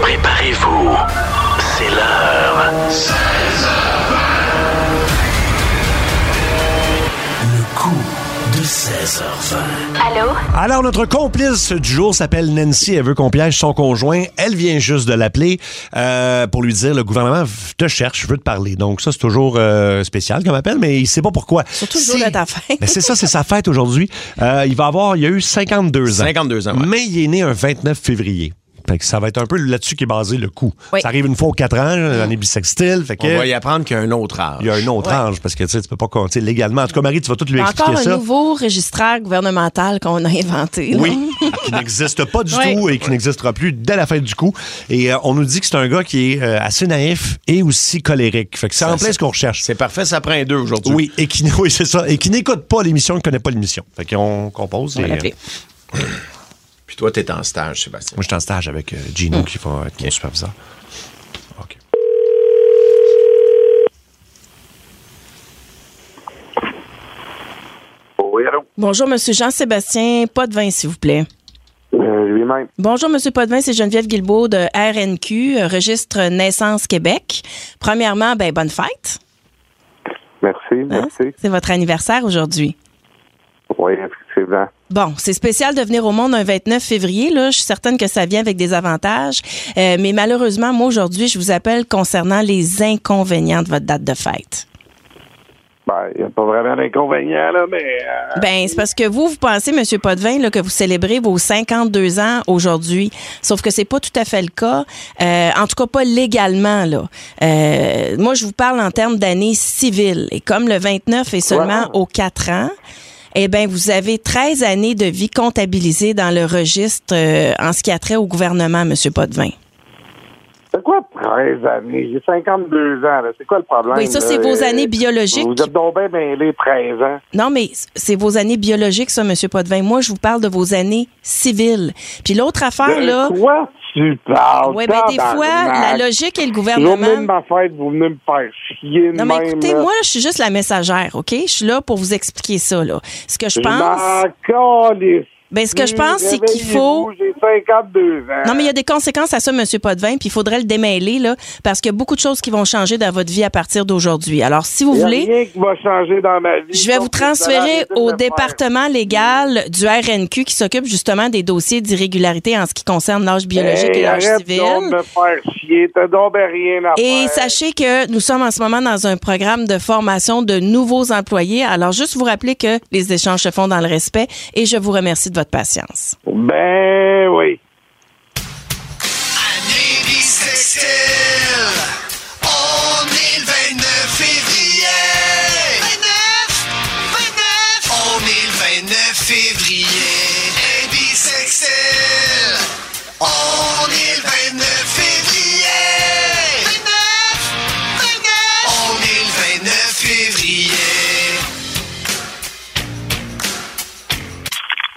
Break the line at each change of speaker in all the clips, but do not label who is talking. Préparez-vous, c'est l'heure. Le coup de 16h20.
Allô?
Alors, notre complice du jour s'appelle Nancy. Elle veut qu'on piège son conjoint. Elle vient juste de l'appeler euh, pour lui dire le gouvernement te cherche, veut te parler. Donc, ça, c'est toujours euh, spécial comme appel, mais il sait pas pourquoi.
Surtout le jour
Si-
de ta fête.
Ben, c'est ça, c'est sa fête aujourd'hui. Euh, il va avoir, il a eu 52 ans.
52 ans, ouais.
Mais il est né un 29 février. Fait que ça va être un peu là-dessus qu'est basé le coup.
Oui.
Ça arrive une fois aux 4 ans, l'année bissextile. Fait que
On va y apprendre qu'il y a un autre âge.
il y a un autre
Ouais.
âge parce que tu sais, tu peux pas compter légalement. En tout cas, Marie, tu vas tout lui expliquer
Encore un
ça.
nouveau registraire gouvernemental qu'on a inventé. là.
Oui, qui n'existe pas du
Ouais.
tout et qui n'existera plus dès la fin du coup. Et euh, on nous dit que c'est un gars qui est euh, assez naïf et aussi colérique. Fait que c'est en plein ce qu'on recherche.
C'est parfait, ça prend deux aujourd'hui.
Oui, et qui, oui, c'est ça. Et qui n'écoute pas l'émission, ne connaît pas l'émission. Fait qu'on compose.
On va
et, euh,
l'appeler.
Puis toi, t'es en stage, Sébastien.
Moi, je suis en stage avec euh, Gino qui va être mon superviseur. OK.
Oui, allô?
Bonjour, Monsieur Jean-Sébastien Potvin, s'il vous plaît.
Euh, Lui-même.
Bonjour, Monsieur Potvin, c'est Geneviève Guilbeault de RNQ, euh, Registre Naissance Québec. Premièrement, ben, bonne fête.
Merci,
hein?
merci.
C'est votre anniversaire aujourd'hui.
Oui, effectivement.
Bon, c'est spécial de venir au monde un 29 février. Là. Je suis certaine que ça vient avec des avantages. Euh, mais malheureusement, moi, aujourd'hui, je vous appelle concernant les inconvénients de votre date de fête.
Ben, il n'y a pas vraiment d'inconvénient, là, mais. euh,
Ben, c'est parce que vous, vous pensez, M. Potvin, là, que vous célébrez vos 52 ans aujourd'hui. Sauf que c'est pas tout à fait le cas. Euh, en tout cas, pas légalement, là. Euh, moi, je vous parle en termes d'années civiles. Et comme le 29 est seulement
Wow.
aux 4 ans, eh bien, vous avez 13 années de vie comptabilisées dans le registre euh, en ce qui a trait au gouvernement, M. Potvin.
C'est quoi 13 années? J'ai 52 ans, là. C'est quoi le problème?
Oui, ça,
là?
c'est vos
Euh,
années biologiques.
Vous êtes donc bien mêlés 13 ans.
Non, mais c'est vos années biologiques, ça, M. Potvin. Moi, je vous parle de vos années civiles. Puis l'autre affaire, Ah,
De
là...
quoi tu parles?
Oui, ben des fois, la
tabarnak?
logique et le
Vous venez de
gouvernement.
ma fête, vous venez me faire chier de
Non, mais
même,
écoutez,
là.
moi, je suis juste la messagère, OK? Je suis là pour vous expliquer ça, là. Ce que je
Je
pense.
m'en calisse.
Ben, ce que je pense, c'est qu'il
Réveillez-vous, hein.
faut.
J'ai 52 ans.
Non, mais il y a des conséquences à ça, M. Potvin, puis il faudrait le démêler, là, parce qu'il y a beaucoup de choses qui vont changer dans votre vie à partir d'aujourd'hui. Alors, si vous
Il y a
voulez,
rien qui va changer dans ma vie.
je vais
sauf
vous
que allez
transférer
arrêter de
au
le faire.
département légal du RNQ qui s'occupe justement des dossiers d'irrégularité en ce qui concerne l'âge biologique
Hey,
et l'âge
arrête
civil.
donc de me faire chier. T'as donc ben rien à
Et
faire.
sachez que nous sommes en ce moment dans un programme de formation de nouveaux employés. Alors, juste vous rappeler que les échanges se font dans le respect et je vous remercie de votre patience.
Ben oui.
On est le 29 février 29 29 On est le 29 février Un bisexuel On est le 29 février 29 29 On est le 29 février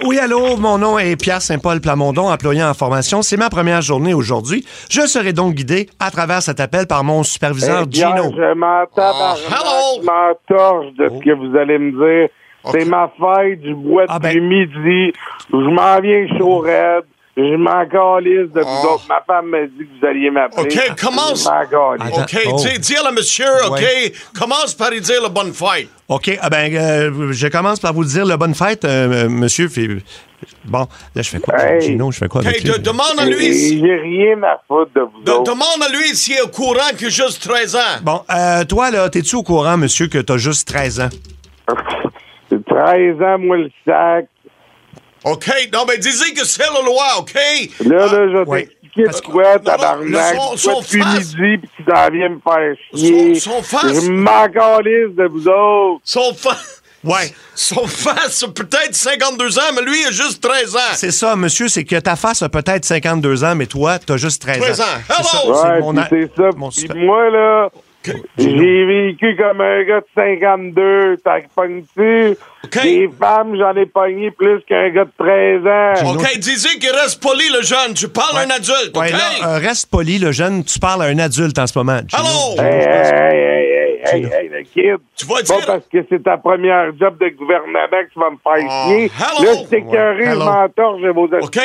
Oui, allô, mon nom est Pierre Saint-Paul Plamondon, employé en formation. C'est ma première journée aujourd'hui. Je serai donc guidé à travers cet appel par mon superviseur
Eh bien,
Gino.
Je m'en tabarnak,
Ah, hello. Oh.
je m'en torche de ce que vous allez me dire. C'est ma fête, je bois
Ah,
depuis
ben.
midi. Je m'en viens chaud raide. Je m'en calisse de vous autres. Ma femme m'a dit que vous alliez m'appeler.
Ah. Ok, commence.
Je m'en calisse.
Attends.
OK,
Oh.
tu sais, dire le monsieur, OK,
Ouais.
commence par lui dire la bonne fête.
OK, ah ben, euh, je commence par vous dire le bonne fête, euh, euh, monsieur. Fé- Bon, là, je fais quoi?
Hey.
Gino, je fais quoi?
OK,
Avec
de-
lui?
demande à lui.
Et
si-
J'ai rien à foutre de vous
de-
autres.
demande à lui s'il est au courant qu'il a juste 13 ans.
Oh. Bon, euh, toi, là, t'es-tu au courant, monsieur, que t'as juste 13 ans?
J'ai 13 ans, moi, le sac.
OK, non, mais dis-lui que c'est la loi, OK?
Là, là, je vais
ouais.
t'expliquer
Ah, Parce
de
que-
quoi,
non, non,
tabarnak.
le son-
Toi,
son
depuis
face-
midi, puis tu t'en viens me faire chier.
Son- son face-
Je m'en calisse de vous autres.
Son fa...
Ouais.
Son face, peut-être 52 ans, mais lui, il a juste 13 ans.
C'est ça, monsieur, c'est que ta face a peut-être 52 ans, mais toi, t'as juste 13 ans.
13 ans.
C'est ça,
Hello!
c'est
Ouais,
mon
puis
a-
c'est ça.
mon
Puis
super-
moi, là,
OK.
j'ai vécu comme un gars de 52. T'as pogné-tu?
OK.
Des femmes, j'en ai pogné plus qu'un gars de 13 ans.
OK, dis-lui qu'il reste poli, le jeune. Tu parles à un adulte, OK?
euh, Ouais, là, euh, reste poli, le jeune, tu parles à un adulte en ce moment. Gino.
Allô?
Hey, hey, hey, hey, hey, hey, hey, le kid.
Tu vas
Pas
dire-
parce que c'est ta première job de gouvernement que tu vas me faire
Ah,
chier.
hello!
Là, c'est écœuré, je
hello.
m'entorche, je vais vous
OK.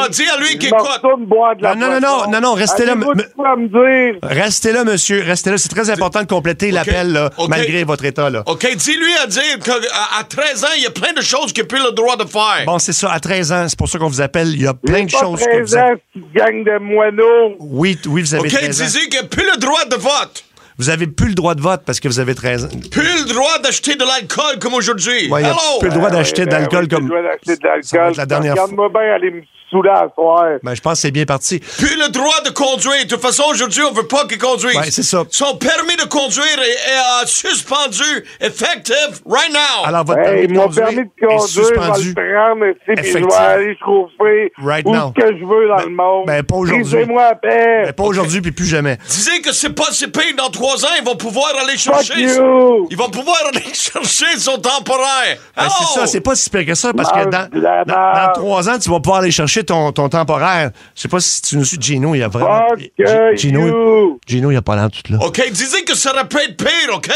Là, dis à lui
Je
qu'il
me
écoute.
retourne boire de la
Non, non, non,
boisson.
non, non, restez là,
Avez-vous
me-
de quoi me dire?
Restez là, monsieur. Restez là. C'est très important de compléter l'appel, là,
OK.
malgré votre état. Là.
OK, dis-lui à dire qu'à à 13 ans, il y a plein de choses qu'il n'a plus le droit de faire.
Bon, c'est ça, à 13 ans, c'est pour ça qu'on vous appelle. Il y a plein de
J'ai pas
choses que vous avez.
présent, petite gang de moineaux.
Oui, t- oui, vous avez
OK,
13 ans.
dis-lui qu'il n'a plus le droit de vote.
Vous avez plus le droit de vote parce que vous avez 13 ans.
Plus le droit d'acheter de l'alcool comme aujourd'hui.
Ouais, il y a
Hello!
plus le droit d'acheter de
Ben
l'alcool
oui,
comme.
Je dois acheter de
Ça va
l'alcool.
être la dernière fois.
Regarde-moi bien aller me saouler à soir.
Ben, je pense que c'est bien parti.
Plus le droit de conduire. De toute façon, aujourd'hui, on veut pas qu'ils conduisent.
Ouais, c'est ça.
Son permis de conduire est, est, euh, suspendu, effective, right now.
Alors, votre permis,
Hey,
de
mon
conduire
Ben, permis de
est
conduire, je
suspendu.
vais le prendre, ici, puis je
Effectivement.
vais aller chauffer
Right
où
now.
ce que je veux dans
Ben-
le monde.
ben, pas aujourd'hui. Ben,
moi la paix.
Mais pas aujourd'hui, puis plus jamais.
Disais que c'est pas si pire dans trois ans, ils vont pouvoir aller
Fuck
chercher.
you!
Ils vont pouvoir aller chercher son temporaire.
Ben,
Hello!
c'est ça, c'est pas si pire que ça, parce que
Mange
dans,
de la
dans-
merde.
dans trois ans, tu vas pouvoir aller chercher ton, ton temporaire. Je sais pas si tu nous suis, Gino, il a vraiment.
Fuck
G- Gino,
you!
Gino, il a pas l'air tout là.
OK, disais que ça aurait pu être pire, OK?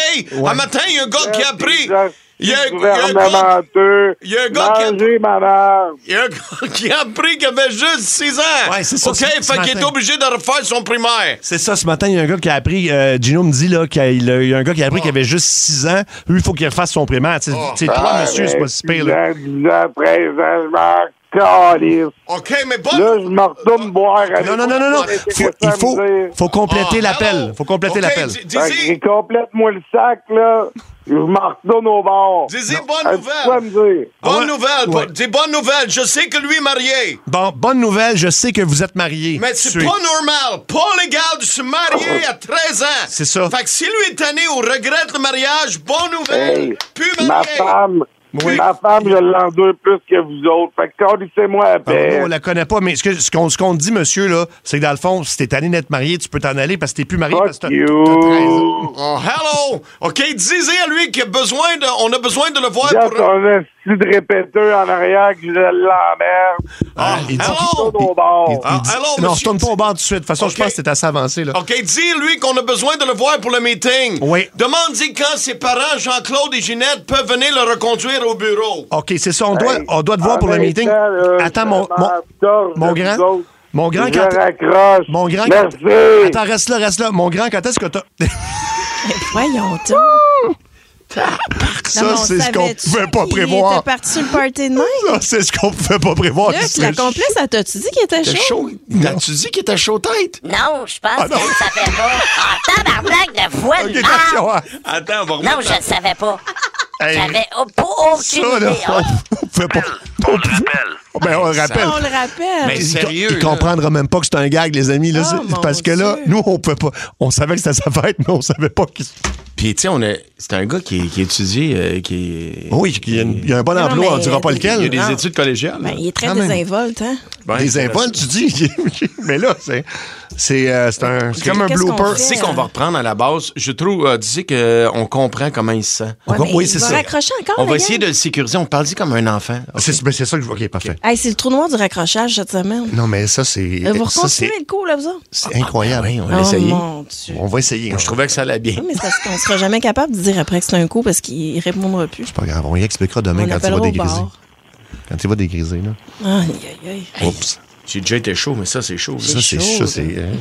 Un matin, il y a un gars qui a appris. Il y a, il y a un gars,
gouvernementeux.
il y a un gars qui a-
Mangez ma merde.
il y a un gars qui a appris qu'il avait juste 6 ans.
Ouais, c'est ça,
OK,
c'est- ce
fait qu'il est
matin.
obligé de refaire son primaire.
C'est ça, ce matin, il y a un gars qui a appris, euh, Gino me dit, là, qu'il a- il a- il y a un gars qui
Ah.
a appris qu'il avait juste 6 ans. Lui, il faut qu'il refasse son primaire. Tu sais, tu sais,
Ah,
toi, monsieur,
ben,
c'est pas si pire, là.
10 ans, 13 ans, je m'en calisse.
OK, mais pas...
Là, je me retourne boire. avec-
Ah, Non, non, non, non, non. Faut- il faut, faut compléter
Ah,
l'appel.
hello.
Faut compléter
OK,
l'appel.
dis-
Fait que
Disais,
Complète-moi le sac, là. Je me retourne au bord.
disais bonne
As-tu quoi à me
nouvelle.
dire?
Ah Euh, ouais?
Bonne nouvelle,
Ouais.
bo- dis bonne nouvelle. Je sais que lui est marié,
Bon, bonne nouvelle, je sais que vous êtes mariés.
mais c'est
Tu-
pas normal, pas légal de se marier à 13 ans.
Ah C'est ça.
Fait que si lui est tanné ou regrette le mariage, bonne nouvelle,
Hey,
plus
ma
marié.
femme,
Oui.
ma femme, je l'endure plus que vous autres. Fait que calissez-moi la
Alors,
paix.
nous, on la connaît pas, mais ce que- ce qu'on ce qu'on dit, monsieur, là, c'est que dans le fond, si t'es tanné d'être marié, tu peux t'en aller parce que t'es plus marié parce que
Fuck
t'as- t'as 13 ans.
you.
Oh, hello! OK, disais à lui qu'il a besoin de... On a besoin de le voir
Regarde
pour...
ton esti de répéteur en arrière que je l'emmerde.
Ah, il dit-
hello!
Retourne au bord.
Il- il
Ah,
dit-
allô,
non,
monsieur-
je tourne pas au bord tout de suite. De toute façon,
Ok.
je pense que t'es assez avancé, là.
OK, dis-lui qu'on a besoin de le voir pour le meeting.
Oui.
Demande-y quand ses parents, Jean-Claude et Ginette, peuvent venir le reconduire au bureau.
OK, c'est ça. On doit,
Hey,
on doit te voir
en
pour le
même
meeting.
temps, là,
Attends,
je
mon,
m'en
mon,
torche
mon
de
grand.
vous autres.
Mon grand,
Je
quand.
raccroche.
Mon grand. quand-
Merci.
Attends, reste là, reste là. Mon grand, quand est-ce que t'as.
Voyons donc.
ça, c'est ce qu'on pouvait pas
Il
prévoir.
était parti sur le party de même.
Ça, c'est ce qu'on pouvait pas prévoir.
Là,
qu'il
la
serait
complice, elle t'a-tu dit qu'il était
T'es
chaud?
chaud? T'as-tu dit qu'il était chaud tête?
Non, je pense
Ah, non.
que je ne savais pas. Ah, tabarnak de voix
OK,
de
attention,
merde.
hein.
Attends, on va remonter.
Non, je ne savais pas.
Hey,
J'avais au- pas aucune
ça, là,
idée. Ah,
on pouvait pas. On pouvait- Ben, on le rappelle.
On le rappelle.
Mais
Il-
sérieux,
Il
là.
comprendra même pas que c'est un gag, les amis. Là,
Oh,
c'est-
mon
parce que là,
Dieu.
nous, on pouvait pas. On savait que c'était sa fête, mais on savait pas qu'il.
Puis, tu sais, on a- c'est un gars qui, qui étudie, euh, qui.
Oui, qu'il y a une- il y a un bon
Non,
emploi,
mais-
on dira pas lequel.
Il y a des
Non.
études collégiales.
Ben, il est très
Ah. Quand même.
désinvolte, hein?
Ben,
des invols, tu dis. mais là, c'est c'est euh, c'est un c'est comme un
Qu'est-ce qu'on
blooper.
fait?
C'est qu'on va reprendre à la base. Je trouve, euh, d'ici qu'on comprend comment il se sent.
Ouais,
va-
mais
oui,
il
c'est
va
ça.
raccrocher encore.
On va
la
essayer de
gang.
le sécuriser. On parle dit comme un enfant.
C'est ben, c'est ça que je vois. OK, parfait.
Hey, c'est le trou noir du raccrochage cette semaine.
Non, mais ça, c'est
Euh, Vous
ça, c'est-
recontinuez le cours, là, vous autres?
c'est incroyable.
Ah, ben Oui, on va
Oh
l'essayer.
mon Dieu.
On va essayer. hein.
Je trouvais que ça allait bien.
Oui, mais c'est parce qu'on ne sera jamais capable de dire après que c'est un coup parce qu'il répondra plus.
Pas grave, on y expliquera demain
On
quand il
appellera
va
au
dégriser.
bar.
Quand il va dégriser, là.
Aïe, aïe, aïe.
Oups. J'ai déjà été chaud, mais ça, c'est chaud. là.
Ça, c'est
chaud,
ça,
là.
c'est. euh,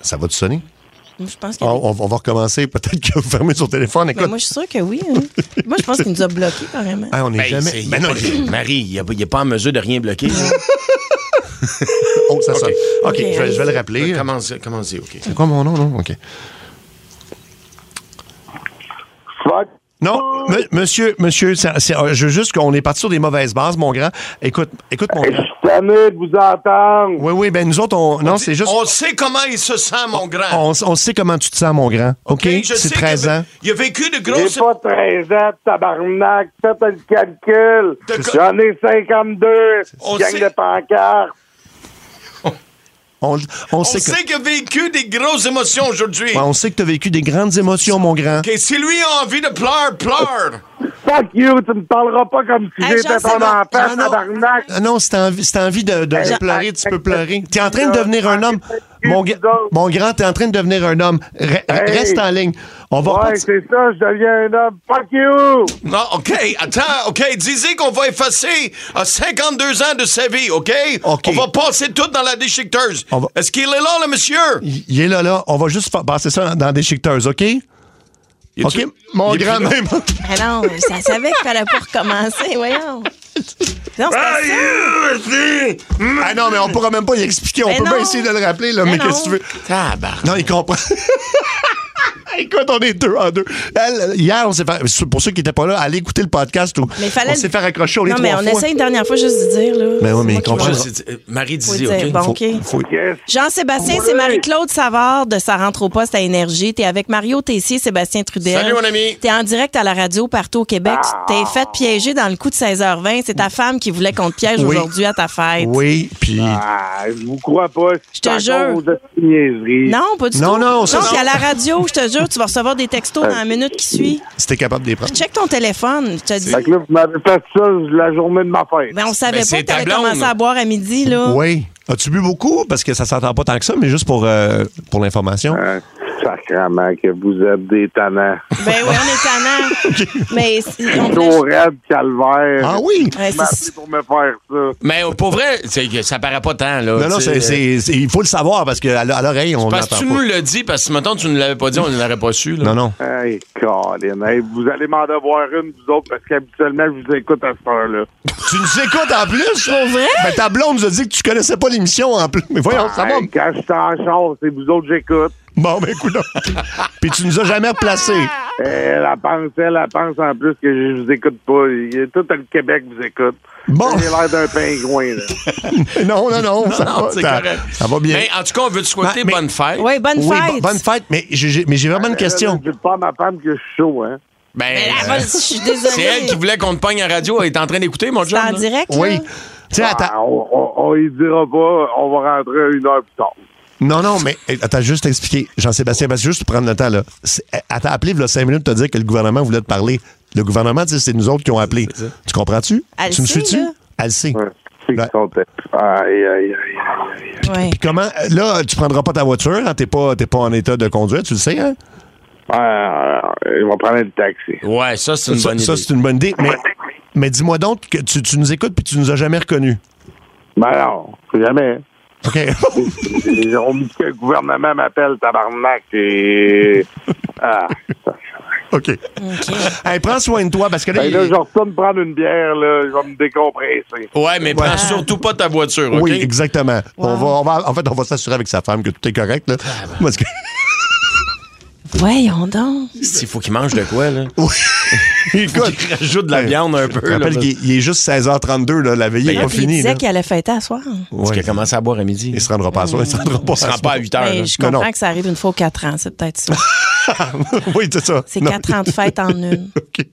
Ça va te sonner?
Moi, Je pense que.
On, on- on va recommencer. Peut-être que vous fermez son téléphone.
Mais
Écoute.
Ben, moi, je suis sûre que oui. hein. moi, je pense qu'il nous a bloqués, carrément.
Ah, on n'est
Ben, c'est-
jamais.
il y a
Ben non,
pas- Marie, il n'est pas en mesure de rien bloquer. là.
oh, ça sonne. OK, Ben,
Ok,
je, vais, je vais le rappeler.
Commence- Commencez, OK.
C'est quoi mon nom, non? OK.
Fuck.
Non, me- monsieur, monsieur, c'est- c'est- euh, je veux juste qu'on est parti sur des mauvaises bases, mon grand. Écoute, écoute, mon
Je
grand.
suis tanné de vous entendre.
Oui, oui, ben nous autres, on, non, c'est juste.
On sait comment il se sent, mon grand.
On, on sait comment tu te sens, mon grand. OK?
je
c'est
sais
13
qu'il a-
ans.
Il a vécu de grosses...
J'ai pas 13 ans, tabarnak. Faites le calcul.
T'as-
J'en ai 52.
On
Gang
sait-
de pancartes.
On, on
On
sait que,
sait qu'il a vécu des grosses émotions aujourd'hui.
Ouais, on sait que tu as vécu des grandes émotions, mon grand.
OK, si lui a envie de pleurer, pleure.
Fuck you, tu me parleras pas comme si
Hey,
j'étais
Jean,
ton
c'est bon.
enfant,
Ah non.
tabarnak.
Ah non, si t'as envie, si t'as envie de, de- de
Hey,
Ben,
pleurer,
hey,
tu peux
hey,
pleurer. T'es en train de
là,
devenir un homme.
cul,
mon,
vous
gra-
autres.
mon grand, t'es en train de devenir un homme. Re- re-
Hey.
Reste en ligne. On va
Ouais,
repartir-
c'est ça, je deviens un homme. Fuck you!
Non, OK, attends, OK, disez qu'on va effacer à 52 ans de sa vie, OK?
OK.
On va passer tout dans la déchiqueteuse.
On va-
Est-ce qu'il est là, le monsieur?
Il il est là, là. On va juste fa- passer ça dans des chiqueteuses, OK?
Il
OK?
est-tu-
Mon
il est
grand,
plus là?
même.
Mais non, ça savait qu'il fallait pas recommencer, voyons. Non, c'est pas ça.
ah non, mais on pourra même pas y expliquer. On
Mais
peut
non.
bien essayer de le rappeler, là, mais,
Mais non.
qu'est-ce que tu veux?
Tabarnak.
Non, il comprend. Écoute, on est deux en deux. Elle- hier, on s'est fait, pour ceux qui n'étaient pas là, allez écouter le podcast. Où
Mais fallait-
On s'est fait raccrocher au lit
Non,
trois
mais on
fois.
essaye une dernière fois juste de dire, là.
Mais oui,
C'est
mais
moi qui
comprends-
vois.
Moi, c'est- euh, Marie
Faut
disait,
dire,
OK?
bon,
Faut-
OK.
faut-
Qu'est-ce
Jean-Sébastien,
Oui.
c'est Marie-Claude Savard de Ça rentre au poste à Énergie. T'es avec Mario Tessier, Sébastien Trudel.
Salut, mon ami.
T'es en direct à la radio partout au Québec.
Ah.
Tu T'es fait piéger dans le coup de 16h20. C'est ta femme qui voulait qu'on te piège
Oui.
aujourd'hui à ta fête.
Oui, puis.
Ah, je vous crois pas.
Je te
C'est encore
jure.
de ces niaiseries.
Non, pas du
Non,
tout.
non, ça, non.
puis à la radio, je te jure, tu vas recevoir des textos dans la minute qui suit.
Si t'es capable de les prendre.
Check ton téléphone. Je te dis.
Fait que là, vous m'avez fait ça la journée de ma fête.
Ben, on savait
Ben,
pas
c'est
que t'avais
ta blonde.
commencé à boire à midi, là.
Oui. As-tu bu beaucoup? Parce que ça s'entend pas tant que ça, mais juste pour, euh, pour l'information.
Ah, Sacrement que vous êtes des tannants.
Ben oui, on est tannant. Mais c'est- on
Chaud, raide, calvaire.
Ah oui!
Ouais, c'est-
Merci pour me faire ça.
Mais euh, pour vrai, c'est que ça paraît pas tant, là.
Non, non,
tu sais,
euh, c'est, c'est- c'est- il faut le savoir parce qu'à l- à l'oreille, on
Parce que
n'entend
tu
pas.
nous l'as dit, parce que maintenant tu ne l'avais pas dit, on ne l'aurait pas su. Là.
Non, non.
Hey, Colin, hey, vous allez m'en devoir une, vous autres, parce qu'habituellement, je vous écoute à cette heure-là.
tu nous écoutes en plus? Pour
vrai?
Ben, ta blonde nous a dit que tu connaissais pas l'émission en plus. Mais voyons, Oh, ça va.
Hey, quand je suis en char, c'est vous autres que j'écoute.
Bon, ben, écoute. Puis tu nous as jamais replacés.
Elle, elle pense, elle, elle pense en plus que je vous écoute pas. Il y a Tout le Québec vous écoute.
Bon.
J'ai l'air d'un pingouin, là.
Non, non, non. ça,
Non,
va,
c'est
ça-
correct.
ça va bien.
Mais en tout cas, on veut te souhaiter
Ben, mais-
bonne fête.
Oui, bonne
oui,
fête.
bo- bonne fête, mais j'ai, j'ai- mais j'ai vraiment une question.
Je dis pas à ma femme que je suis chaud, hein.
Ben,
Mais
euh,
la bonne- Ah, je suis
c'est elle
désolée.
qui voulait qu'on te pogne à radio. Elle est en train d'écouter, mon
C'est
John.
en
là.
direct,
Oui.
là.
Tu sais, attends.
Ah, on, on, on y dira pas, on va rentrer une heure plus tard.
Non, non, mais euh, attends, juste t'expliquer, Jean-Sébastien, parce que juste pour prendre le temps, là. c'est- euh, Attends, appelé, là, cinq minutes, te dire que le gouvernement voulait te parler. Le gouvernement, tu sais, c'est nous autres qui ont appelé. Tu comprends-tu?
Elle
tu me
sait,
suis-tu?
là.
Elle sait.
Ouais, Hein, C'est
Ben-
qu'ils sont- Aïe, aïe, aïe, aïe. aïe.
Ouais.
Puis comment, là, tu prendras pas ta voiture, hein, t'es pas, t'es pas en état de conduire, tu le sais, hein?
Ah, on va prendre le taxi.
Ouais, ça, c'est une
ça,
bonne
ça,
idée.
c'est une bonne idée. Mais, mais dis-moi donc que tu, tu nous écoutes puis tu nous as jamais reconnus.
Ben non, jamais. hein.
OK.
Et on me dit que le gouvernement m'appelle tabarnak et... Ah, ça.
OK. Hey, prends soin de toi parce que là,
Ben
il-
là, je retourne prendre une bière, là, je vais me décompresser.
Ouais, mais prends surtout pas ta voiture, OK?
Oui, exactement. On va, on va- en fait, on va s'assurer avec sa femme que tout est correct. Là,
Ah, ben.
parce que,
Voyons donc.
Il faut qu'il mange de quoi, là?
écoute,
Il rajoute de la
Ouais.
viande un
je
peu.
rappelle
là,
qu'il il est juste 16h32, là, la veillée n'est
Ah,
pas
puis il
finie.
disait
là.
qu'il allait fêter à soir.
Parce
Ouais.
qu'il a commencé à boire à midi.
Il se rendra pas à soi, il se rendra pas
Il
à
se rend pas à 8 heures. là.
Mais Ben, je
Non,
comprends
non.
que ça arrive une fois aux 4 ans, c'est peut-être ça.
oui, c'est ça.
C'est
Non.
4 ans de fête en une.
OK.